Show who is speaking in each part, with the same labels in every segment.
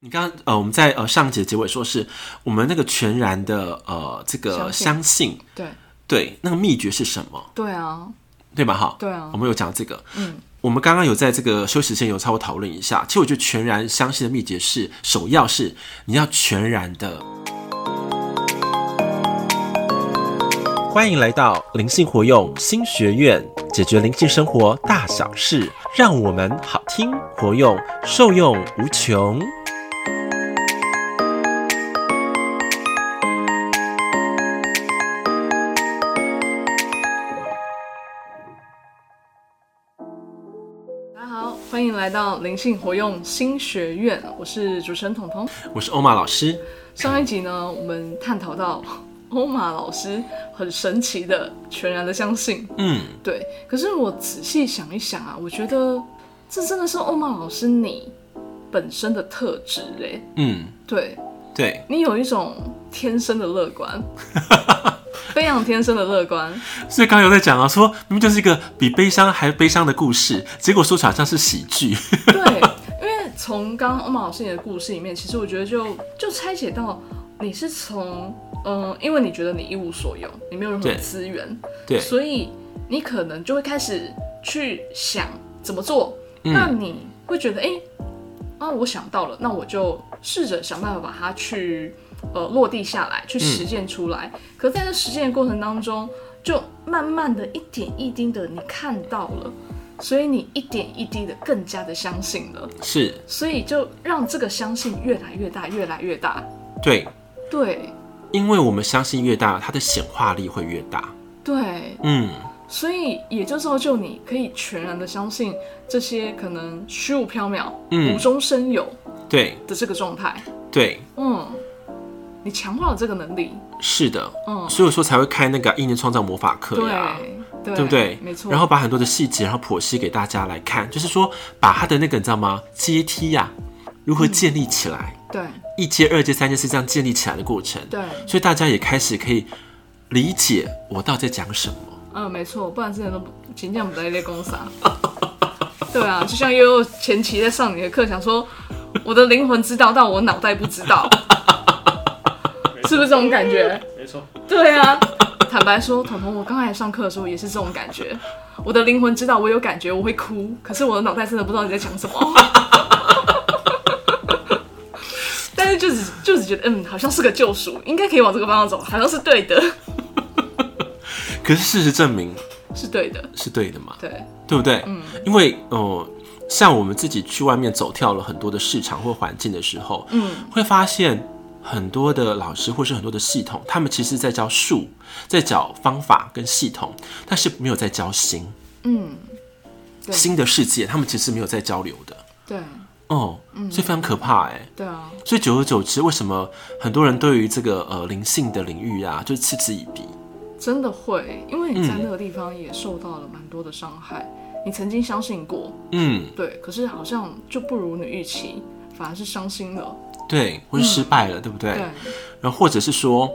Speaker 1: 你刚刚呃，我们在呃上节结尾说是我们那个全然的呃这个
Speaker 2: 相
Speaker 1: 相
Speaker 2: 信
Speaker 1: 信，
Speaker 2: 对
Speaker 1: 对，那个秘诀是什么？
Speaker 2: 对啊，
Speaker 1: 对吧？哈，
Speaker 2: 对啊
Speaker 1: 我们有讲这个，
Speaker 2: 嗯，
Speaker 1: 我们刚刚有在这个休息前有稍微讨论一下。其实我觉得全然相信的秘诀是，首要是你要全然的。欢迎来到灵性活用新学院，解决灵性生活大小事，让我们好听活用，受用无穷。
Speaker 2: 大家好，欢迎来到灵性活用新学院，我是主持人彤彤。
Speaker 1: 我是欧玛老师，
Speaker 2: 上一集呢，我们探讨到 欧玛老师很神奇的全然的相信，
Speaker 1: 嗯，
Speaker 2: 对。可是我仔细想一想啊，我觉得这真的是欧玛老师你本身的特质哎、
Speaker 1: 嗯，
Speaker 2: 对
Speaker 1: 对，
Speaker 2: 你有一种天生的乐观，非常天生的乐观，
Speaker 1: 所以刚刚有在讲啊，说明明就是一个比悲伤还悲伤的故事，结果说起来好像是喜剧。
Speaker 2: 对，因为从刚刚欧玛老师你的故事里面，其实我觉得就就拆解到你是从嗯、因为你觉得你一无所有，你没有任何
Speaker 1: 对
Speaker 2: 资源，
Speaker 1: 对
Speaker 2: 所以你可能就会开始去想怎么做，
Speaker 1: 嗯
Speaker 2: 那你会觉得哎、诶啊，我想到了，那我就试着想办法把它去呃落地下来，去实践出来。可在这实践的过程当中，就慢慢的一点一滴的你看到了。所以你一点一滴的更加的相信了，
Speaker 1: 是
Speaker 2: 所以就让这个相信越来越大，越来越大。
Speaker 1: 对，
Speaker 2: 对
Speaker 1: 因为我们相信越大，它的显化力会越大。
Speaker 2: 对，
Speaker 1: 嗯，
Speaker 2: 所以也就造就你可以全然的相信这些可能虚无缥缈、
Speaker 1: 嗯
Speaker 2: 无中生有
Speaker 1: 对
Speaker 2: 的这个状态。
Speaker 1: 对，
Speaker 2: 嗯，你强化了这个能力。
Speaker 1: 是的，
Speaker 2: 嗯，
Speaker 1: 所以我说才会开那个意念创造魔法课
Speaker 2: 对
Speaker 1: 呀、
Speaker 2: 对，
Speaker 1: 啊对不对？
Speaker 2: 没错。
Speaker 1: 然后把很多的细节，然后剖析给大家来看，就是说把它的那个你知道吗？阶梯呀、如何建立起来，
Speaker 2: 对
Speaker 1: 一阶、二阶、三阶是这样建立起来的过程。
Speaker 2: 对，
Speaker 1: 所以大家也开始可以理解我到底在讲什么。
Speaker 2: 嗯，没错，不然之前都不请假不在列工啥。 对啊，就像悠悠前期在上你的课，想说我的灵魂知道，但我脑袋不知 道，是不是这种感觉？
Speaker 3: 没错，
Speaker 2: 对啊，坦白说，彤彤，我刚才上课的时候也是这种感觉，我的灵魂知道我有感觉，我会哭，可是我的脑袋真的不知道你在讲什么。 但是就只就只觉得，嗯，好像是个救赎，应该可以往这个方向走，好像是对的，
Speaker 1: 可是事实证明
Speaker 2: 是对的，
Speaker 1: 是对的嘛？
Speaker 2: 对，
Speaker 1: 对不对？嗯，因为呃，像我们自己去外面走跳了很多的市场或环境的时候，嗯，会发现很多的老师或是很多的系统，他们其实在教术，在教方法跟系统，但是没有在教心
Speaker 2: 嗯，对
Speaker 1: 新的世界，他们其实没有在交流的
Speaker 2: 对，
Speaker 1: 哦，所以非常可怕哎、
Speaker 2: 对啊，
Speaker 1: 所以久而久之，为什么很多人对于这个呃灵性的领域啊，就嗤之以鼻？
Speaker 2: 真的会，因为你
Speaker 1: 嗯
Speaker 2: 在那个地方也受到了蛮多的伤害，你曾经相信过，
Speaker 1: 嗯，
Speaker 2: 对，可是好像就不如你预期，反而是伤心了，
Speaker 1: 对，或是失败了，对不
Speaker 2: 嗯对，
Speaker 1: 然后或者是说，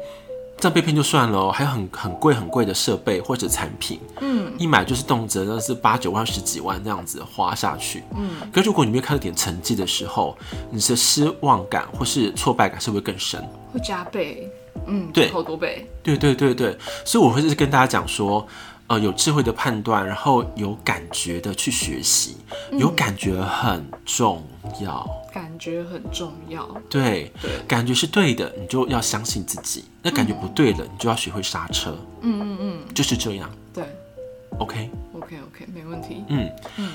Speaker 1: 这样被骗就算了哦，还有很很贵很贵的设备或者产品，
Speaker 2: 嗯
Speaker 1: 一买就是动辄那是八九万、十几万这样子花下去。
Speaker 2: 嗯，
Speaker 1: 可是如果你没有看到点成绩的时候，你的失望感或是挫败感是不是更深？
Speaker 2: 会加倍，嗯，
Speaker 1: 对
Speaker 2: 好多倍，
Speaker 1: 对对对对，所以我会是跟大家讲说，呃，有智慧的判断，然后有感觉的去学习，
Speaker 2: 嗯
Speaker 1: 有感觉很重要。
Speaker 2: 感觉很重要，
Speaker 1: 对，
Speaker 2: 对
Speaker 1: 感觉是对的，你就要相信自己；那感觉不对了，你就要学会刹车，
Speaker 2: 嗯嗯嗯，
Speaker 1: 就是这样。
Speaker 2: 对
Speaker 1: OK，
Speaker 2: ，OK OK，没问题，
Speaker 1: 嗯，
Speaker 2: 嗯，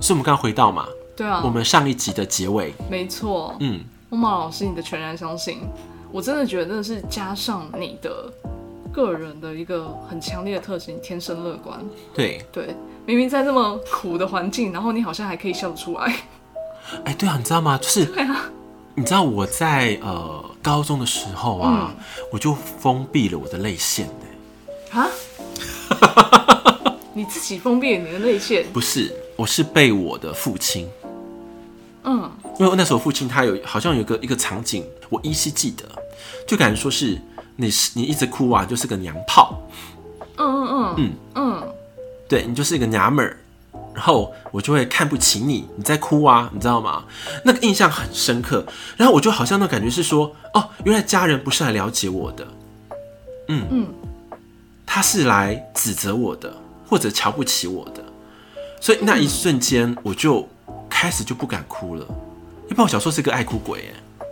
Speaker 1: 所以我们刚刚回到嘛，
Speaker 2: 对啊
Speaker 1: 我，们上一集的结尾，
Speaker 2: 没错，
Speaker 1: 嗯，
Speaker 2: 欧玛老师，你的全然相信，我真的觉得是加上你的个人的一个很强烈的特质，你天生乐观。
Speaker 1: 对，
Speaker 2: 对，明明在这么苦的环境，然后你好像还可以笑得出来。
Speaker 1: 哎，对啊，你知道吗？就是，你知道我在呃高中的时候啊，
Speaker 2: 嗯
Speaker 1: 我就封闭了我的泪腺呢
Speaker 2: 啊？你自己封闭了你的内线，
Speaker 1: 不是，我是被我的父亲，
Speaker 2: 嗯，
Speaker 1: 因为那时候父亲他有好像有一个一个场景，我依稀记得，就感觉说是你是你一直哭啊，你就是个娘炮，
Speaker 2: 嗯嗯嗯嗯
Speaker 1: 对你就是一个娘们儿，然后我就会看不起你，你在哭啊，你知道吗？那个印象很深刻。然后我就好像那感觉是说，哦，原来家人不是来了解我的，嗯
Speaker 2: 嗯，
Speaker 1: 他是来指责我的，或者瞧不起我的。所以那一瞬间，我就开始就不敢哭了。要不然我小时候是个爱哭鬼，哎，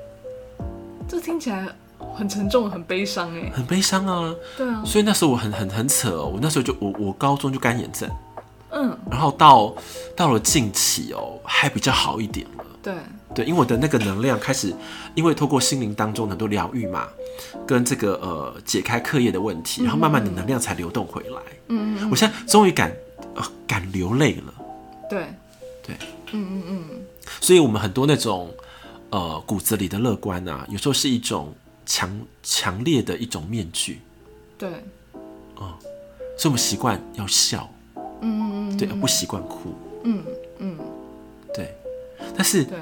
Speaker 2: 这听起来很沉重，很悲伤哎。
Speaker 1: 很悲伤啊。
Speaker 2: 对啊，
Speaker 1: 所以那时候我很很很扯哦，我那时候就我我高中就干眼症，
Speaker 2: 嗯，
Speaker 1: 然后到到了近期哦，还比较好一点了。
Speaker 2: 对，
Speaker 1: 对，因为我的那个能量开始，因为透过心灵当中很多疗愈嘛，跟这个呃解开课业的问题，然后慢慢的能量才流动回来。
Speaker 2: 嗯嗯
Speaker 1: 我现在终于敢呃敢流泪了。
Speaker 2: 嗯，对，
Speaker 1: 对，
Speaker 2: 嗯嗯嗯，
Speaker 1: 所以我们很多那种呃骨子里的乐观啊，有时候是一种强强烈的一种面具，
Speaker 2: 对，
Speaker 1: 所以我们习惯要笑，
Speaker 2: 嗯嗯嗯，
Speaker 1: 对，不习惯哭，
Speaker 2: 嗯嗯
Speaker 1: 对。但是
Speaker 2: 对，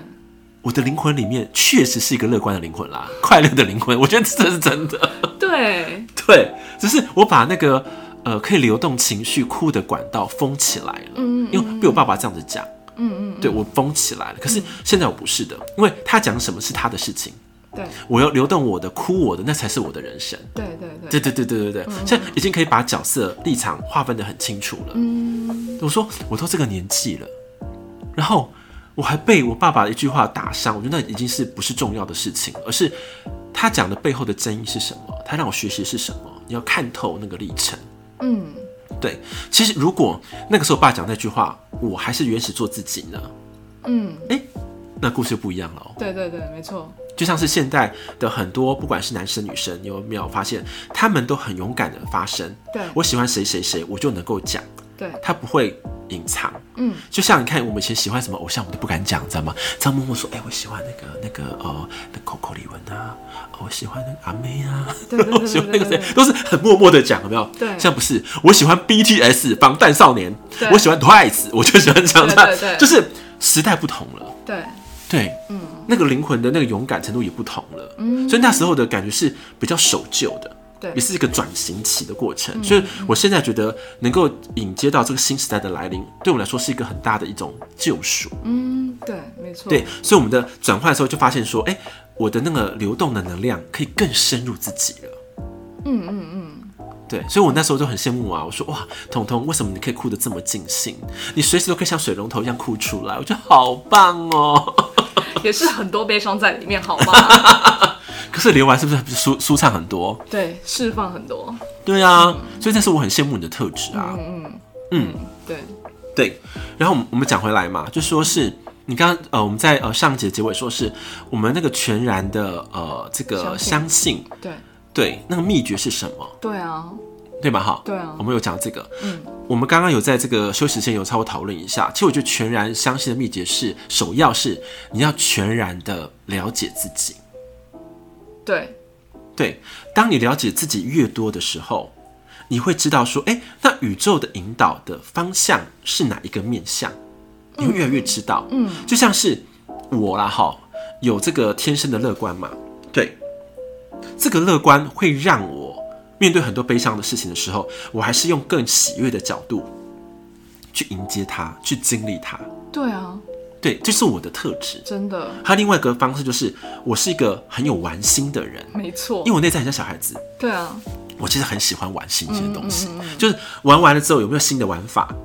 Speaker 1: 我的灵魂里面确实是一个乐观的灵魂啦， 快乐的灵魂，我觉得这是真的。
Speaker 2: 对，
Speaker 1: 对，只是我把那个呃可以流动情绪哭的管道封起来了，
Speaker 2: 嗯嗯
Speaker 1: 因为被我爸爸这样子讲，
Speaker 2: 嗯嗯，
Speaker 1: 对我封起来了。可是现在我不是的，因为他讲什么是他的事情，
Speaker 2: 对
Speaker 1: 我要流动我的哭我的，那才是我的人生。
Speaker 2: 对对
Speaker 1: 对对
Speaker 2: 对，
Speaker 1: 对对对对，
Speaker 2: 嗯
Speaker 1: 现在已经可以把角色立场划分得很清楚了。
Speaker 2: 嗯，
Speaker 1: 我说我都这个年纪了，然后我还被我爸爸的一句话打伤，我觉得那已经是不是重要的事情，而是他讲的背后的争议是什么，他让我学习是什么，你要看透那个历程。
Speaker 2: 嗯，
Speaker 1: 对，其实如果那个时候爸讲那句话，我还是原始做自己呢，
Speaker 2: 嗯，
Speaker 1: 那故事就不一样了哦。
Speaker 2: 对对对，没错，
Speaker 1: 就像是现代的很多，不管是男生女生，你有没有发现，他们都很勇敢的发声。
Speaker 2: 对
Speaker 1: 我喜欢谁谁谁，我就能够讲，
Speaker 2: 对，
Speaker 1: 他不会隐藏。
Speaker 2: 嗯，
Speaker 1: 就像你看，我们以前喜欢什么偶像，我们都不敢讲，知道吗？这样默默说，哎、我喜欢那个那个呃，那 Coco 李玟啊，哦我喜欢那个阿妹啊，
Speaker 2: 对对对 对
Speaker 1: 我喜欢那个
Speaker 2: 对
Speaker 1: 谁
Speaker 2: 对，对
Speaker 1: 都是很默默的讲，有没有？
Speaker 2: 对
Speaker 1: 现在不是，我喜欢 BTS 防弹少年
Speaker 2: 对，
Speaker 1: 我喜欢 Twice，我就喜欢这样
Speaker 2: 对
Speaker 1: 子，
Speaker 2: 对对
Speaker 1: 就是时代不同了。
Speaker 2: 对，
Speaker 1: 对，嗯，那个灵魂的那个勇敢程度也不同了，嗯，所以那时候的感觉是比较守旧的，
Speaker 2: 对嗯
Speaker 1: 也是一个转型期的过程，所以我现在觉得能够迎接到这个新时代的来临，对我们来说是一个很大的一种救赎，
Speaker 2: 嗯，对，没错，
Speaker 1: 对，所以我们的转换的时候就发现说，哎、我的那个流动的能量可以更深入自己了。
Speaker 2: 嗯嗯
Speaker 1: 对，所以我那时候就很羡慕啊，我说哇，彤彤，为什么你可以哭得这么尽兴？你随时都可以像水龙头一样哭出来，我觉得好棒哦。
Speaker 2: 嗯，也是很多悲伤在里面，好吗？
Speaker 1: 可是流完是不是舒舒畅很多？
Speaker 2: 对，释放很多，
Speaker 1: 对啊，所以这是我很羡慕你的特质啊。
Speaker 2: 嗯嗯
Speaker 1: 嗯
Speaker 2: 对，
Speaker 1: 对，然后我们我们讲回来嘛，就说是你刚刚呃我们在呃上一节结尾说是我们那个全然的呃这个
Speaker 2: 相信
Speaker 1: 相信，
Speaker 2: 对，
Speaker 1: 对，那个秘诀是什么？
Speaker 2: 对啊，
Speaker 1: 对吧？哈，
Speaker 2: 对啊
Speaker 1: 我们有讲这个，
Speaker 2: 嗯，
Speaker 1: 我们刚刚有在这个休息前有稍微讨论一下。其实我觉得全然相信的秘诀是，首要是你要全然的了解自己。
Speaker 2: 对，
Speaker 1: 对，当你了解自己越多的时候，你会知道说，哎、那宇宙的引导的方向是哪一个面向，你会越来越知道。嗯，就像是我啦，哈，有这个天生的乐观嘛，对，这个乐观会让我面对很多悲伤的事情的时候，我还是用更喜悦的角度去迎接它，去经历它。
Speaker 2: 对啊，
Speaker 1: 对，这是我的特质。
Speaker 2: 真的，
Speaker 1: 还有另外一个方式就是，我是一个很有玩心的人，
Speaker 2: 没错
Speaker 1: 因为，我内在很像小孩子，
Speaker 2: 对啊，
Speaker 1: 我其实很喜欢玩新鲜的东西，
Speaker 2: 嗯
Speaker 1: 就是玩完了之后有没有新的玩法，有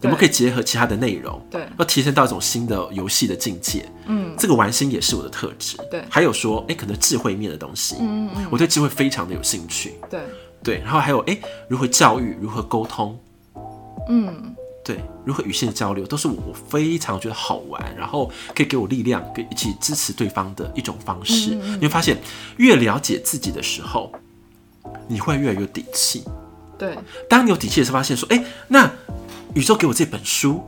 Speaker 2: 对
Speaker 1: 没有可以结合其他的内容，
Speaker 2: 对
Speaker 1: 要提升到一种新的游戏的境界。
Speaker 2: 嗯，
Speaker 1: 这个玩心也是我的特质。
Speaker 2: 对
Speaker 1: 还有说，哎、可能智慧面的东西，嗯嗯，我对智慧非常的有兴趣。
Speaker 2: 对，
Speaker 1: 对，然后还有哎、诶如何教育，如何沟通，
Speaker 2: 嗯，
Speaker 1: 对，如何与线交流，都是我非常觉得好玩，然后可以给我力量，可以一起支持对方的一种方式。你会发现，越了解自己的时候，你会越来越有底气。
Speaker 2: 对，
Speaker 1: 当你有底气的时候，发现说，哎、那宇宙给我这本书，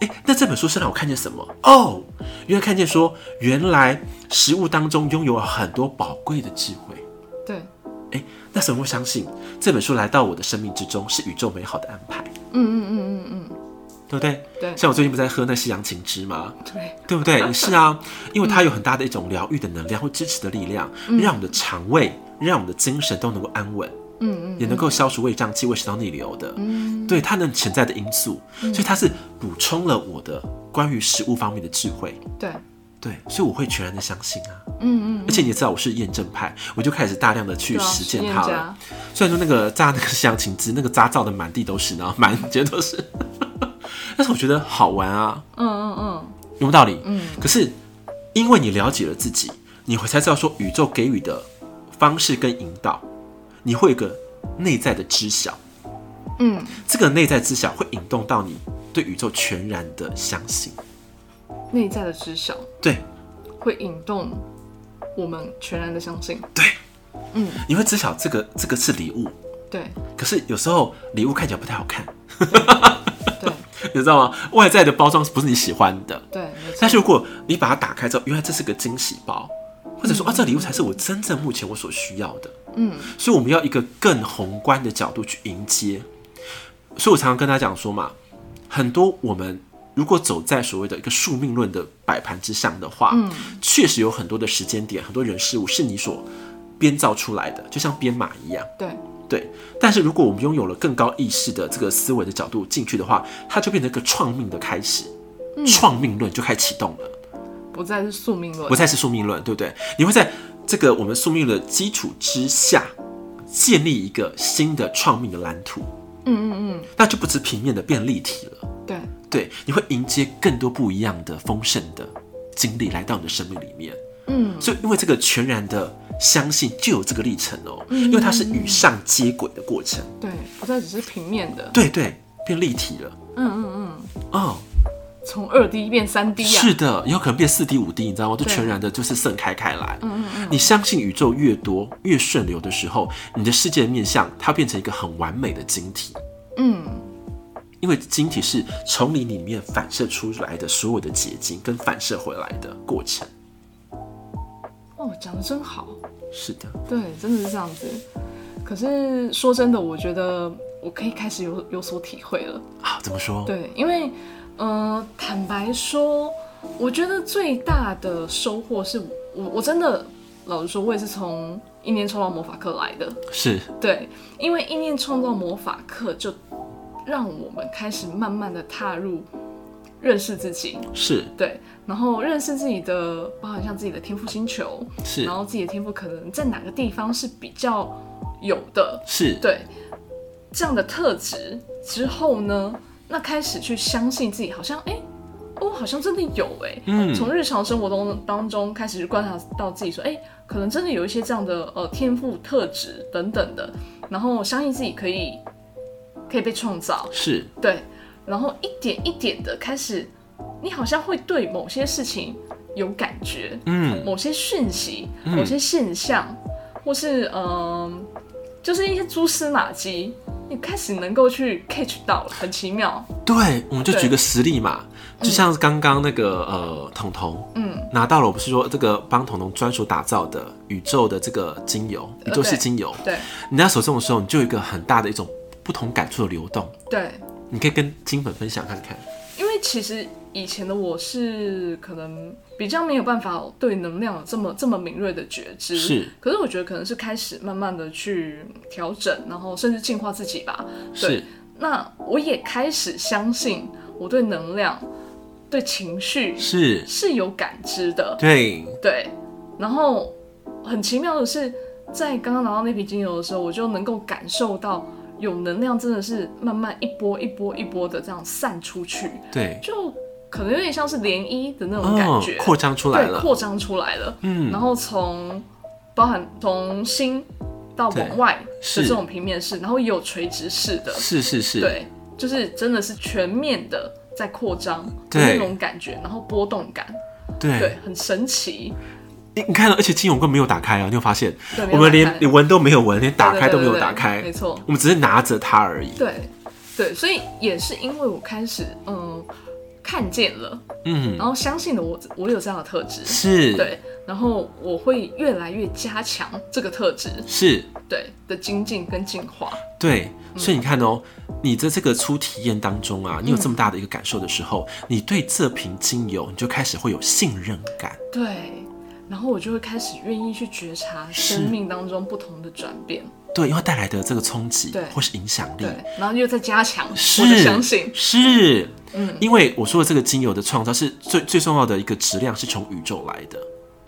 Speaker 1: 哎、那这本书是让我看见什么？哦，原来看见说，原来食物当中拥有很多宝贵的智慧。
Speaker 2: 对，
Speaker 1: 哎、那时候我相信这本书来到我的生命之中是宇宙美好的安排，
Speaker 2: 嗯嗯嗯嗯嗯，
Speaker 1: 对不对？
Speaker 2: 对
Speaker 1: 像我最近不是在喝那西洋芹汁吗？
Speaker 2: 对，
Speaker 1: 对不对？也是啊，因为它有很大的一种疗愈的能量或支持的力量，让我们的肠胃、让我们的精神都能够安稳。嗯嗯，也能够消除胃胀气、胃食道逆流的，嗯，对它的潜在的因素，所以它是补充了我的关于食物方面的智慧，
Speaker 2: 对，
Speaker 1: 对，所以我会全然的相信啊，嗯嗯，而且你也知道我是验证派，我就开始大量的去
Speaker 2: 对啊
Speaker 1: 实践
Speaker 2: 验
Speaker 1: 它了
Speaker 2: 家。
Speaker 1: 虽然说那个榨那个香芹汁，那个渣造的满地都是，然后满街都是， 但是我觉得好玩啊，
Speaker 2: 嗯嗯嗯，
Speaker 1: 有没有道理？嗯。可是因为你了解了自己，你会才知道说宇宙给予的方式跟引导，你会有一个内在的知晓。
Speaker 2: 嗯，
Speaker 1: 这个内在知晓会引动到你对宇宙全然的相信。
Speaker 2: 内在的知晓
Speaker 1: 对，
Speaker 2: 会引动我们全然的相信，
Speaker 1: 你会知晓这个这个是礼物，
Speaker 2: 对
Speaker 1: 可是有时候礼物看起来不太好看，
Speaker 2: 对
Speaker 1: 你知道吗？外在的包装不是你喜欢的，
Speaker 2: 对，没错
Speaker 1: 但是如果你把它打开之后，原来这是个惊喜包，或者说啊，这礼物才是我真正目前我所需要的。
Speaker 2: 嗯，
Speaker 1: 所以我们要一个更宏观的角度去迎接。所以我常常跟他讲说嘛，很多我们如果走在所谓的一个宿命论的摆盘之上的话，嗯，确实有很多的时间点、很多人事物是你所编造出来的，就像编码一样。
Speaker 2: 对，
Speaker 1: 对，但是如果我们拥有了更高意识的这个思维的角度进去的话，它就变成一个创命的开始，创命论就开始启动了。
Speaker 2: 不再是宿命论
Speaker 1: 不，再是宿命论，对不对？你会在这个我们宿命论的基础之下，建立一个新的创命的蓝图，
Speaker 2: 嗯嗯
Speaker 1: 那就不止平面的变立体了。
Speaker 2: 嗯，对，
Speaker 1: 对，你会迎接更多不一样的丰盛的经历来到你的生命里面。
Speaker 2: 嗯，
Speaker 1: 所以因为这个全然的相信，就有这个历程哦，因为它是与上接轨的过程。
Speaker 2: 对，不再只是平面的，
Speaker 1: 对对，变立体了。
Speaker 2: 嗯嗯嗯，
Speaker 1: 哦，
Speaker 2: 从二 D 变三 D
Speaker 1: 是
Speaker 2: 啊，
Speaker 1: 的，也有可能变四 D、五 D，你知道吗？就
Speaker 2: 对
Speaker 1: 全然的就是盛开开来。嗯嗯嗯。你相信宇宙越多越顺流的时候，你的世界面相它变成一个很完美的晶体，
Speaker 2: 嗯，
Speaker 1: 因为晶体是从你里面反射出来的所有的结晶跟反射回来的过程。
Speaker 2: 哦，讲的真好，
Speaker 1: 是的，
Speaker 2: 对，真的是这样子。可是说真的，我觉得我可以开始有有所体会了。
Speaker 1: 啊，怎么说？
Speaker 2: 对，因为呃，坦白说，我觉得最大的收获是我我我真的老实说，我也是从一念创造魔法课来的。
Speaker 1: 是，
Speaker 2: 对，因为意念创造魔法课就让我们开始慢慢的踏入认识自己，
Speaker 1: 是，
Speaker 2: 对，然后认识自己的，包含像自己的天赋星球，
Speaker 1: 是
Speaker 2: 然，后自己的天赋可能在哪个地方是比较有的，
Speaker 1: 是，
Speaker 2: 对这样的特质之后呢，那开始去相信自己，好像哎、诶哦，好像真的有哎、
Speaker 1: 嗯
Speaker 2: 从日常生活中当中开始去观察到自己说，哎、可能真的有一些这样的呃天赋特质等等的，然后相信自己可以可以被创造，
Speaker 1: 是，
Speaker 2: 对，然后一点一点的开始，你好像会对某些事情有感觉，
Speaker 1: 嗯，
Speaker 2: 某些讯息、某些现象，或是嗯、就是一些蛛丝马迹，你开始能够去 catch 到了，很奇妙。
Speaker 1: 对，我们就
Speaker 2: 对
Speaker 1: 举个实例嘛，就像是刚刚那个呃，彤彤，
Speaker 2: 嗯，
Speaker 1: 拿到了，我不是说这个帮彤彤专属打造的宇宙的这个精油，宇宙是精油，
Speaker 2: 呃对
Speaker 1: 你拿手中的时候，你就有一个很大的一种不同感触的流动，
Speaker 2: 对，
Speaker 1: 你可以跟金粉分享看看。
Speaker 2: 因为其实以前的我是可能比较没有办法对能量有这么这么敏锐的觉知，
Speaker 1: 是。
Speaker 2: 可是我觉得可能是开始慢慢的去调整，然后甚至净化自己吧。对
Speaker 1: 是，
Speaker 2: 那我也开始相信我对能量、对情绪
Speaker 1: 是，
Speaker 2: 是有感知的。
Speaker 1: 对，
Speaker 2: 对，然后很奇妙的是，在刚刚拿到那瓶精油的时候，我就能够感受到有能量真的是慢慢一波一波一波的这样散出去，
Speaker 1: 对，
Speaker 2: 就可能有点像是涟漪的那种感
Speaker 1: 哦
Speaker 2: 觉，，
Speaker 1: 扩张出来
Speaker 2: 对，
Speaker 1: 了，
Speaker 2: 扩张出来了。然
Speaker 1: 嗯，
Speaker 2: 后从包含从心到往外
Speaker 1: 是
Speaker 2: 的这种平面式，然后也有垂直式的，
Speaker 1: 是是是，
Speaker 2: 对，就是真的是全面的在扩张的
Speaker 1: 对
Speaker 2: 那种感觉，然后波动感，
Speaker 1: 对
Speaker 2: 对，，很神奇。
Speaker 1: 你你看到，而且精油根本没有打开啊，你有发现
Speaker 2: 对没，有
Speaker 1: 我们
Speaker 2: 打
Speaker 1: 连
Speaker 2: 开
Speaker 1: 连闻都没有闻，连打开都没有
Speaker 2: 对对对对
Speaker 1: 打开
Speaker 2: 没，错，
Speaker 1: 我们只是拿着它而已，
Speaker 2: 对对，所以也是因为我开始嗯看见了，
Speaker 1: 嗯，
Speaker 2: 然后相信了我我有这样的特质，
Speaker 1: 是
Speaker 2: 对，然后我会越来越加强这个特质，
Speaker 1: 是，
Speaker 2: 对的精进跟进化，
Speaker 1: 对，所以你看哦，你在这个初体验当中啊，你有这么大的一个感受的时候，你对这瓶精油你就开始会有信任感，
Speaker 2: 对，然后我就会开始愿意去觉察
Speaker 1: 是嗯
Speaker 2: 生命当中不同的转变，
Speaker 1: 对，因为带来的这个冲击
Speaker 2: 对
Speaker 1: 或是影响力，
Speaker 2: 对，然后又再加强，我就是相信，
Speaker 1: 是，因为我说的这个精油的创造是最最重要的一个质量，是从宇宙来的，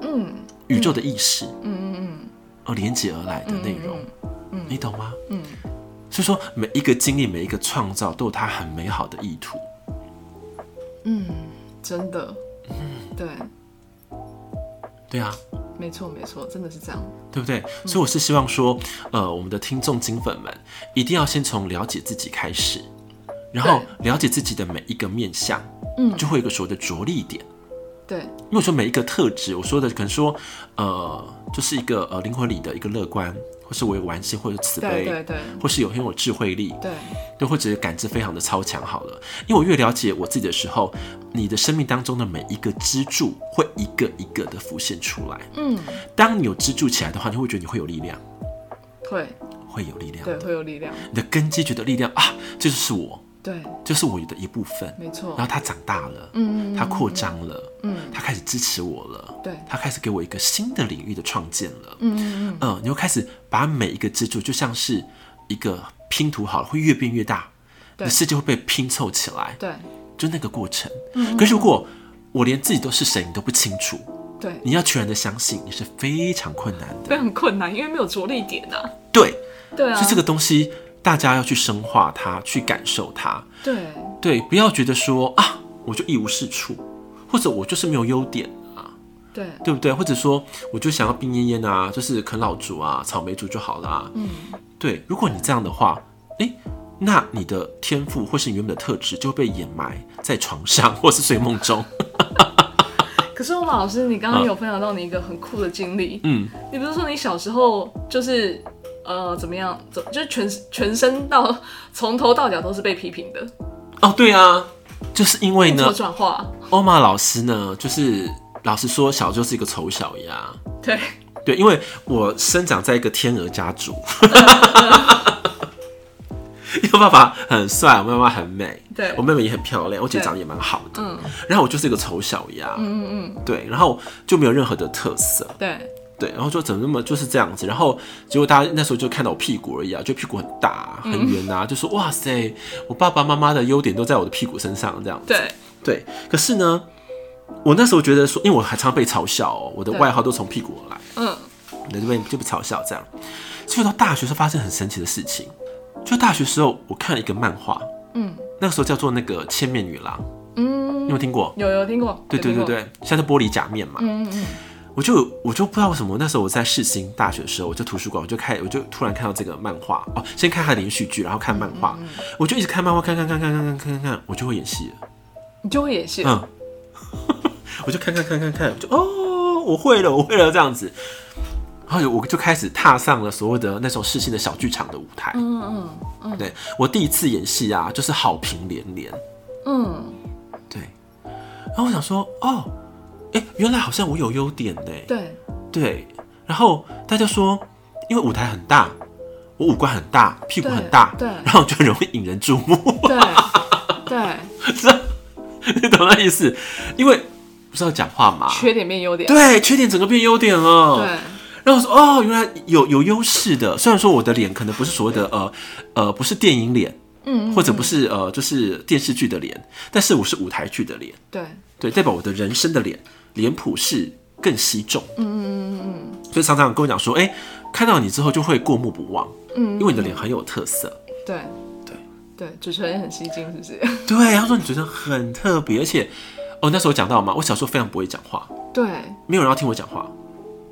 Speaker 1: 嗯，宇宙的意识，嗯嗯嗯，而连接而来的内容，嗯，你懂吗？嗯，所以说每一个经历，每一个创造，都有它很美好的意图，
Speaker 2: 真的，
Speaker 1: 嗯
Speaker 2: 对，
Speaker 1: 对啊，
Speaker 2: 没错没错，真的是这样，
Speaker 1: 对不对？
Speaker 2: 嗯
Speaker 1: 所以我是希望说，呃，我们的听众金粉们一定要先从了解自己开始，然后了解自己的每一个面相，嗯，就会有一个所谓的着力点。
Speaker 2: 对，
Speaker 1: 因为我说每一个特质，我说的可能说，呃，就是一个呃灵魂里的一个乐观，或是我有玩性，或者慈
Speaker 2: 对
Speaker 1: 悲，
Speaker 2: 对对
Speaker 1: 或是有很有智慧力，
Speaker 2: 对，
Speaker 1: 对，或者是感知非常的超强。好了，因为我越了解我自己的时候，你的生命当中的每一个支柱会一个一个的浮现出来。
Speaker 2: 嗯，
Speaker 1: 当你有支柱起来的话，你会觉得你会有力量，
Speaker 2: 会，
Speaker 1: 会有力量
Speaker 2: 对，
Speaker 1: 的。
Speaker 2: 会有力量，
Speaker 1: 你的根基觉得力量啊，这就是我，
Speaker 2: 对，
Speaker 1: 这是我的一部分。
Speaker 2: 没错
Speaker 1: 然后，它长大了，
Speaker 2: 嗯，
Speaker 1: 它扩张了，
Speaker 2: 嗯，
Speaker 1: 它开始支持我了，
Speaker 2: 对
Speaker 1: 它开始给我一个新的领域的创建了。
Speaker 2: 嗯嗯嗯，
Speaker 1: 嗯，你会开始把每一个支柱就像是一个拼图好了，会越变越大，你
Speaker 2: 对
Speaker 1: 的世界会被拼凑起来，
Speaker 2: 对
Speaker 1: 就那个过程。
Speaker 2: 嗯
Speaker 1: 可是如果我连自己都是谁，你都不清楚，
Speaker 2: 对，
Speaker 1: 你要全然的相信，你是非常困难的。
Speaker 2: 非常困难，因为没有着力点啊，
Speaker 1: 对，
Speaker 2: 对啊
Speaker 1: 所以，这个东西大家要去深化它，去感受它。
Speaker 2: 对
Speaker 1: 对，不要觉得说啊，我就一无是处，或者我就是没有优点啊，
Speaker 2: 对
Speaker 1: 对不对？或者说我就想要病恹恹啊，就是啃老族啊、草莓族就好啦、嗯，对，如果你这样的话，诶，那你的天赋或是你原本的特质就会被掩埋 在床上或是睡梦中。
Speaker 2: 可是欧马老师，你刚刚有分享到你一个很酷的经历，
Speaker 1: 嗯，
Speaker 2: 你不是说你小时候就是呃怎么样，怎就是全全身到从头到脚都是被批评的，
Speaker 1: 哦，对啊，就是因为
Speaker 2: 怎
Speaker 1: 呢
Speaker 2: 么，转化？
Speaker 1: 欧玛老师呢，就是老实说，小就是一个丑小鸭。
Speaker 2: 对，
Speaker 1: 对，因为我生长在一个天鹅家族， 因为我爸爸很帅，我妈妈很美，
Speaker 2: 对
Speaker 1: 我妹妹也很漂亮，我姐
Speaker 2: 对
Speaker 1: 长得也蛮好的，
Speaker 2: 嗯，
Speaker 1: 然后我就是一个丑小鸭，嗯嗯，对，然后就没有任何的特色，
Speaker 2: 对
Speaker 1: 对，然后就怎么那么就是这样子，然后结果大家那时候就看到我屁股而已啊，就屁股很大啊、
Speaker 2: 嗯
Speaker 1: 很圆啊，就说哇塞，我爸爸妈妈的优点都在我的屁股身上这样，
Speaker 2: 对
Speaker 1: 对，可是呢，我那时候觉得说，因为我还常被嘲笑哦、我的
Speaker 2: 对
Speaker 1: 外号都从屁股而来。
Speaker 2: 嗯，
Speaker 1: 对，就被就被嘲笑这样。结果到大学时候发生很神奇的事情，就大学时候我看了一个漫画，
Speaker 2: 嗯，
Speaker 1: 那个时候叫做那个《千面女郎》，嗯，你有听过？
Speaker 2: 有有听过，
Speaker 1: 对对
Speaker 2: 有听
Speaker 1: 对
Speaker 2: 过，
Speaker 1: 对，像是玻璃假面嘛，
Speaker 2: 嗯嗯嗯，
Speaker 1: 我就我就不知道为什么那时候我在世新大学的时候，我就图书馆，我就看我就突然看到这个漫画哦，先看它的连续剧，然后看漫
Speaker 2: 嗯
Speaker 1: 画，我就一直看漫画，看看看看看看看看看，我就会演戏了，
Speaker 2: 你就会演戏，
Speaker 1: 嗯， 我就看看看看看，我就哦，我会了，我会了这样子，然后我就开始踏上了所谓的那种世新的小剧场的舞台，
Speaker 2: 嗯嗯
Speaker 1: 对我第一次演戏啊，就是好评连连。
Speaker 2: 嗯，
Speaker 1: 对，然后我想说，哦，哎、原来好像我有优点呢。
Speaker 2: 对
Speaker 1: 对，然后大家说，因为舞台很大，我五官很大，屁股很大，
Speaker 2: 对对
Speaker 1: 然后就很容易引人注目，
Speaker 2: 对对，
Speaker 1: 你懂那意思？因为不是要讲话嘛，
Speaker 2: 缺点变优点，
Speaker 1: 对，缺点整个变优点了。
Speaker 2: 对
Speaker 1: 然后我说哦，原来有有优势的。虽然说我的脸可能不是所谓的呃呃，不是电影脸，嗯，或者不是呃就是电视剧的脸，但是我是舞台剧的脸，
Speaker 2: 对
Speaker 1: 对，代表我的人生的脸脸谱是更稀重。嗯嗯嗯嗯。所以常常跟我讲说，哎、看到你之后就会过目不忘，嗯，因为你的脸很有特色。
Speaker 2: 对
Speaker 1: 对
Speaker 2: 对，主持人也很吸睛，是不是？
Speaker 1: 对，他说你觉得很特别，而且哦那时候讲到嘛，我小时候非常不会讲话，
Speaker 2: 对，
Speaker 1: 没有人要听我讲话。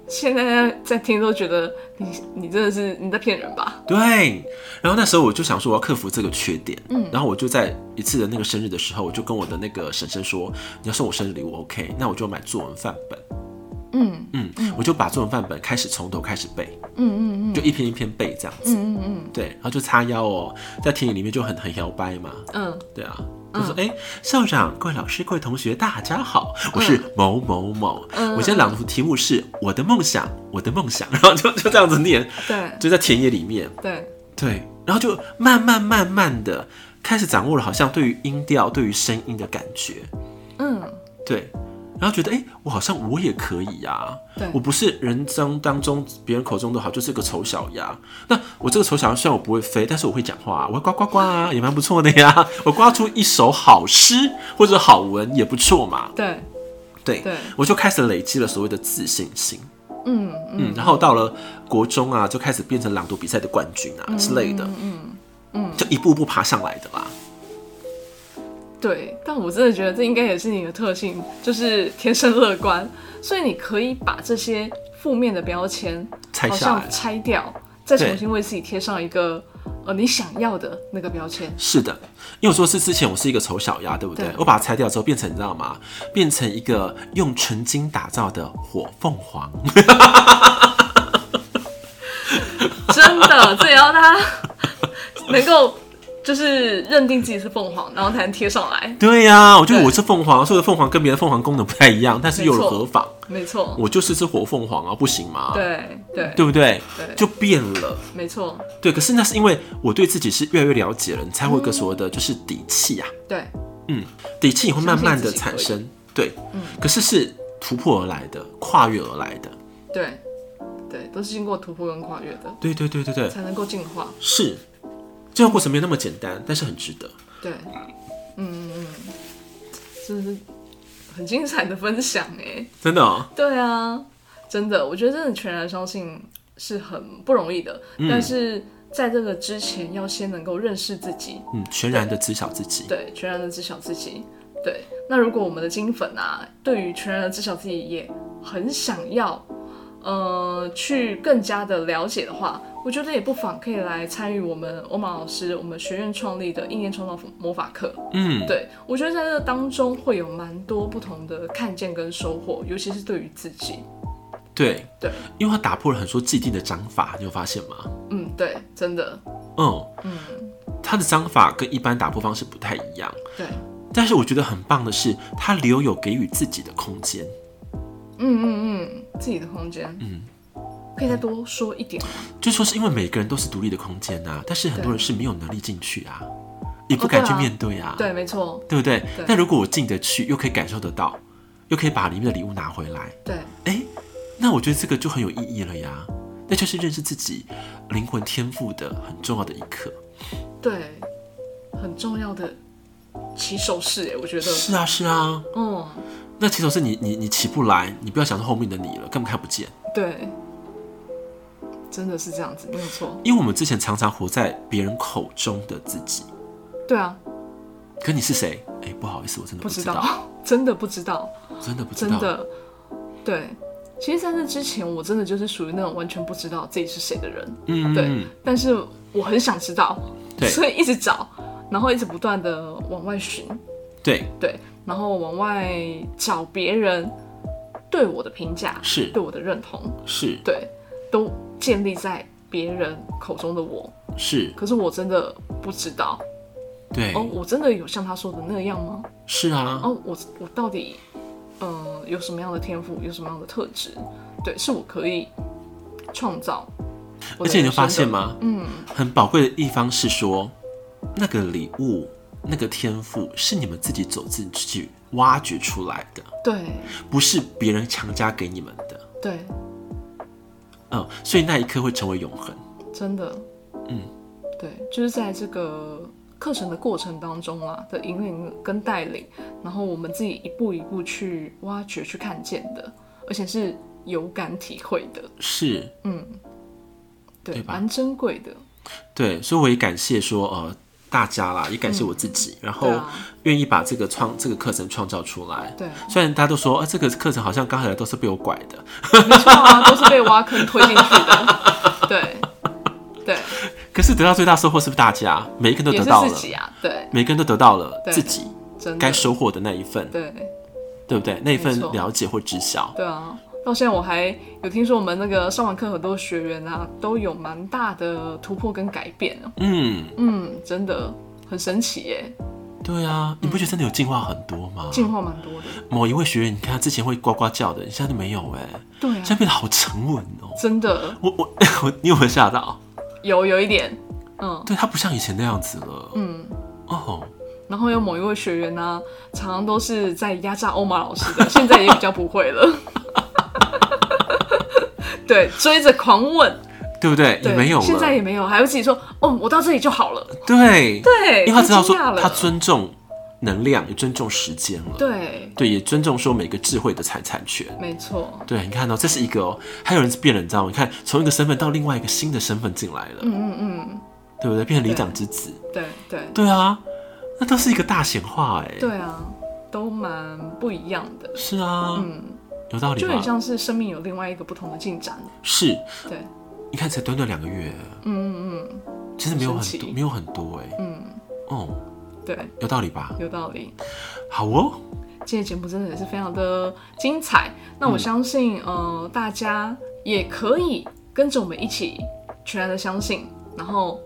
Speaker 2: 现在在听都觉得你你真的是你在骗人吧？
Speaker 1: 对，然后那时候我就想说我要克服这个缺点，嗯，然后我就在一次的那个生日的时候，我就跟我的那个婶婶说，你要送我生日礼物，OK，那我就买作文范本，
Speaker 2: 嗯
Speaker 1: 嗯，我就把作文范本开始从头开始背，
Speaker 2: 嗯嗯
Speaker 1: 就一篇一篇背这样子，
Speaker 2: 嗯嗯
Speaker 1: 对，然后就叉腰哦，在田野里面就很很摇摆嘛，
Speaker 2: 嗯嗯，
Speaker 1: 对啊。就说：“哎、校长、各位老师、各位同学，大家好，我是
Speaker 2: 嗯
Speaker 1: 某某某。我今天朗读题目是《我的梦想》，我的梦想。”然后就就这样子念，
Speaker 2: 对
Speaker 1: 就在田野里面。
Speaker 2: 对
Speaker 1: 对，然后就慢慢慢慢的开始掌握了，好像对于音调、对于声音的感觉，
Speaker 2: 嗯
Speaker 1: 对，然后觉得哎、诶我好像我也可以呀、
Speaker 2: 对
Speaker 1: 我不是人生当中别人口中的好，就是个丑小鸭。那我这个丑小鸭虽然我不会飞，但是我会讲话、啊，我会呱呱呱啊，也蛮不错的呀。我刮出一首好诗或者好文也不错嘛。
Speaker 2: 对
Speaker 1: 对，
Speaker 2: 对
Speaker 1: 我就开始累积了所谓的自信心。嗯嗯，然后到了国中啊，就开始变成朗读比赛的冠军啊、之类的。嗯嗯，就一步步爬上来的啦。
Speaker 2: 对，但我真的觉得这应该也是你的特性，就是天生乐观，所以你可以把这些负面的标签
Speaker 1: 拆
Speaker 2: 好
Speaker 1: 下来
Speaker 2: 像拆掉，再
Speaker 1: 对
Speaker 2: 重新为自己贴上一个呃你想要的那个标签。
Speaker 1: 是的，因为我说是之前我是一个丑小鸭，对不对？
Speaker 2: 对
Speaker 1: 我把它拆掉之后，变成你知道吗？变成一个用纯金打造的火凤 凰。
Speaker 2: 真的，这也要 他能够就是认定自己是凤凰，然后才能贴上来。
Speaker 1: 对呀、我觉得
Speaker 2: 对
Speaker 1: 我是凤凰，所以我的凤凰跟别的凤凰功能不太一样，但是又有
Speaker 2: 没错
Speaker 1: 何妨？
Speaker 2: 没错，
Speaker 1: 我就是只火凤凰啊，不行吗？，
Speaker 2: 对对
Speaker 1: 对不对？
Speaker 2: 对
Speaker 1: 就变了。
Speaker 2: 没错，
Speaker 1: 对，可是那是因为我对自己是越来越了解了，你才会有一个所谓的就是底气啊，
Speaker 2: 对
Speaker 1: 嗯，底气你会慢慢的
Speaker 2: 嗯相
Speaker 1: 产
Speaker 2: 信自己可以嗯
Speaker 1: 生，对，可是是突破而来的，跨越而来的，
Speaker 2: 对对，都是经过突破跟跨越的，
Speaker 1: 对对对对对，
Speaker 2: 才能够进化。
Speaker 1: 是，这段过程没有那么简单，但是很值得。
Speaker 2: 对，嗯嗯，真的是很精彩的分享哎。
Speaker 1: 真的、哦，
Speaker 2: 对啊，真的，我觉得真的全然相信是很不容易的，
Speaker 1: 嗯
Speaker 2: 但是在这个之前，要先能够认识自己，
Speaker 1: 嗯，全然的知晓自己，
Speaker 2: 对，全然的知晓自己。对，那如果我们的金粉啊，对于全然的知晓自己也很想要，呃，去更加的了解的话，我觉得也不妨可以来参与我们欧玛老师我们学院创立的应验创造魔法课。
Speaker 1: 嗯，
Speaker 2: 对我觉得在这当中会有蛮多不同的看见跟收获，尤其是对于自己。
Speaker 1: 对，
Speaker 2: 对，
Speaker 1: 因为它打破了很多既定的章法，你有发现吗？
Speaker 2: 嗯，对，真的，
Speaker 1: 嗯
Speaker 2: 嗯，
Speaker 1: 它的章法跟一般打破方式不太一样，
Speaker 2: 对，
Speaker 1: 但是我觉得很棒的是，它留有给予自己的空间。
Speaker 2: 嗯嗯嗯，自己的空间，嗯，可以再多说一点吗？
Speaker 1: 就说是因为每个人都是独立的空间啊，但是很多
Speaker 2: 对
Speaker 1: 人是没有能力进去啊，也不
Speaker 2: 哦对啊
Speaker 1: 敢去面对啊，
Speaker 2: 对，没错，
Speaker 1: 对不对？
Speaker 2: 对
Speaker 1: 但如果我进得去，又可以感受得到，又可以把里面的礼物拿回来，
Speaker 2: 对，
Speaker 1: 哎，那我觉得这个就很有意义了呀。那就是认识自己灵魂天赋的很重要的一刻。
Speaker 2: 对，很重要的起手式，哎，我觉得，
Speaker 1: 是啊，是啊。
Speaker 2: 嗯，
Speaker 1: 那其实是你你你起不来，你不要想说后面的你了，根本看不见。
Speaker 2: 对，真的是这样子，没有错，
Speaker 1: 因为我们之前常常活在别人口中的自己，
Speaker 2: 对啊，
Speaker 1: 可你是谁？哎，不好意思，我真的
Speaker 2: 不
Speaker 1: 不
Speaker 2: 知
Speaker 1: 知
Speaker 2: 道
Speaker 1: 道，，
Speaker 2: 真的不知道，
Speaker 1: 真的不知
Speaker 2: 真
Speaker 1: 道。
Speaker 2: 的，对。其实，在这之前，我真的就是属于那种完全不知道自己是谁的人，
Speaker 1: 嗯，嗯，
Speaker 2: 对。
Speaker 1: 嗯
Speaker 2: 但是我很想知道，
Speaker 1: 对
Speaker 2: 所以一直找，然后一直不断的往外寻，
Speaker 1: 对，
Speaker 2: 对，然后往外找别人对我的评价，
Speaker 1: 是
Speaker 2: 对我的认同，
Speaker 1: 是
Speaker 2: 对，都建立在别人口中的我。
Speaker 1: 是，
Speaker 2: 可是我真的不知道，
Speaker 1: 对，
Speaker 2: 哦，我真的有像他说的那样吗？
Speaker 1: 是啊，
Speaker 2: 哦，我我到底，嗯、有什么样的天赋，有什么样的特质？对，是我可以创造
Speaker 1: 而
Speaker 2: 我的人生的。
Speaker 1: 且你会发现吗？
Speaker 2: 嗯，
Speaker 1: 很宝贵的一方是说，那个礼物、那个天赋是你们自己走自己去挖掘出来的，
Speaker 2: 对
Speaker 1: 不是别人强加给你们的。
Speaker 2: 对，
Speaker 1: 嗯，所以那一刻会成为永恒。
Speaker 2: 真的，
Speaker 1: 嗯，
Speaker 2: 对，就是在这个课程的过程当中啊的引领跟带领，然后我们自己一步一步去挖掘、去看见的，而且是有感体会的，
Speaker 1: 是，
Speaker 2: 对，
Speaker 1: 对吧
Speaker 2: 蛮珍贵的，
Speaker 1: 对，所以我也感谢说呃大家啦，也感谢我自己，然后
Speaker 2: 嗯对啊
Speaker 1: 愿意把这个创这个课程创造出来。
Speaker 2: 对，
Speaker 1: 虽然大家都说，呃，这个课程好像刚才都是被我拐的，
Speaker 2: 没错啊，都是被挖坑推进去的，对， 对，
Speaker 1: 可是得到最大收获是不是大家每一个人都
Speaker 2: 也
Speaker 1: 得
Speaker 2: 是
Speaker 1: 到
Speaker 2: 自
Speaker 1: 了？
Speaker 2: 己啊，对，
Speaker 1: 每个人都得到了
Speaker 2: 对
Speaker 1: 自己
Speaker 2: 真
Speaker 1: 该
Speaker 2: 的，
Speaker 1: 收获的那一份，
Speaker 2: 对，
Speaker 1: 对不对？那一份
Speaker 2: 没错
Speaker 1: 了解或知晓，
Speaker 2: 对啊，到现在我还有听说我们那个上完课很多学员啊，都有蛮大的突破跟改变哦
Speaker 1: 嗯，
Speaker 2: 嗯，真的很神奇耶，
Speaker 1: 对啊，你不觉得真的有进化很多吗？
Speaker 2: 嗯进化蛮多的。
Speaker 1: 某一位学员，你看他之前会呱呱叫的，现在都没有哎、
Speaker 2: 对
Speaker 1: 现在
Speaker 2: 啊，
Speaker 1: 变得好沉稳哦、
Speaker 2: 真的
Speaker 1: 我我 我，你有没有吓到？
Speaker 2: 有有一点，嗯，
Speaker 1: 对他不像以前那样子了，
Speaker 2: 嗯，
Speaker 1: 哦，
Speaker 2: 然后有某一位学员呢、常常都是在压榨欧玛老师的， 现在也比较不会了。 对，追着狂问，
Speaker 1: 对不对？
Speaker 2: 对，
Speaker 1: 也没有
Speaker 2: 现在
Speaker 1: 了，
Speaker 2: 也没有，还会自己说，哦，我到这里就好了。
Speaker 1: 对，因
Speaker 2: 对，
Speaker 1: 为他知道说
Speaker 2: 太惊讶了
Speaker 1: 他尊重能量，也尊重时间了，
Speaker 2: 对，
Speaker 1: 对，也尊重说每个智慧的财产权。
Speaker 2: 没错，
Speaker 1: 对，你看到、这是一个哦，还有人是变了，你知道吗？你看从一个身份到另外一个新的身份进来了，嗯嗯嗯，对不对？变成里长之子，
Speaker 2: 对对
Speaker 1: 对啊，那都是一个大显化哎，
Speaker 2: 对啊，都蛮不一样的，
Speaker 1: 是啊，
Speaker 2: 嗯，
Speaker 1: 有道理
Speaker 2: 就很
Speaker 1: 吧？
Speaker 2: 像是生命有另外一个不同的进展。
Speaker 1: 是，
Speaker 2: 对，
Speaker 1: 你看才短短两个月，
Speaker 2: 嗯嗯
Speaker 1: 其实没有很
Speaker 2: 神
Speaker 1: 多，
Speaker 2: 奇
Speaker 1: 没有很多哎，
Speaker 2: 嗯
Speaker 1: 哦，
Speaker 2: 嗯，对，
Speaker 1: 有道理吧？
Speaker 2: 有道理。
Speaker 1: 好哦，
Speaker 2: 今天节目真的也是非常的精彩。那我相信，呃，大家也可以跟着我们一起全然的相信，然后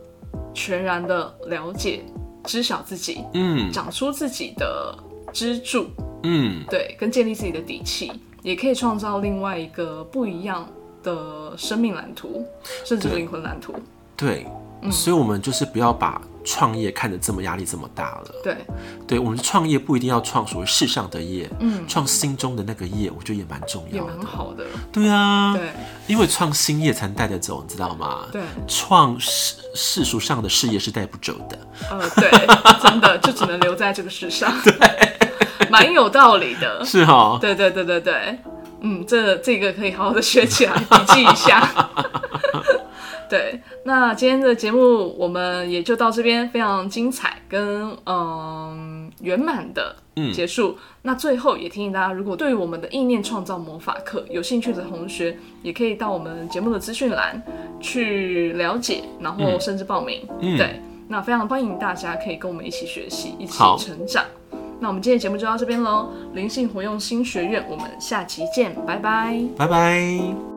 Speaker 2: 全然的了解、知晓自己，
Speaker 1: 嗯
Speaker 2: 长出自己的支柱，
Speaker 1: 嗯，
Speaker 2: 对，跟建立自己的底气，也可以创造另外一个不一样的生命蓝图，甚至
Speaker 1: 对
Speaker 2: 灵魂蓝图。
Speaker 1: 对，
Speaker 2: 嗯
Speaker 1: 所以我们就是不要把创业看得这么压力这么大了。
Speaker 2: 对，
Speaker 1: 对，我们创业不一定要创所谓世上的业，
Speaker 2: 嗯，
Speaker 1: 创心中的那个业，我觉得也蛮重
Speaker 2: 也
Speaker 1: 要
Speaker 2: 蛮
Speaker 1: 的。
Speaker 2: 好的。
Speaker 1: 对啊，
Speaker 2: 对
Speaker 1: 因为创新业才能带得走，你知道吗？
Speaker 2: 对，
Speaker 1: 创世世俗上的事业是带不走的。
Speaker 2: 呃，对，真的就只能留在这个世上。对， 蛮有道理的。
Speaker 1: 是哦，
Speaker 2: 对对对对对，嗯，这这个可以好好的学起来，笔记一 下。对，那今天的节目我们也就到这边，非常精彩跟嗯圆满的
Speaker 1: 嗯
Speaker 2: 结束。那最后也提醒大家，如果对于我们的意念创造魔法课有兴趣的同学，也可以到我们节目的资讯栏去了解，然后甚至报名。
Speaker 1: 嗯
Speaker 2: 对，那非常欢迎大家可以跟我们一起学习，一起
Speaker 1: 好
Speaker 2: 成长。那我们今天的节目就到这边喽，灵性活用新学院，我们下期见，拜拜。
Speaker 1: 拜拜。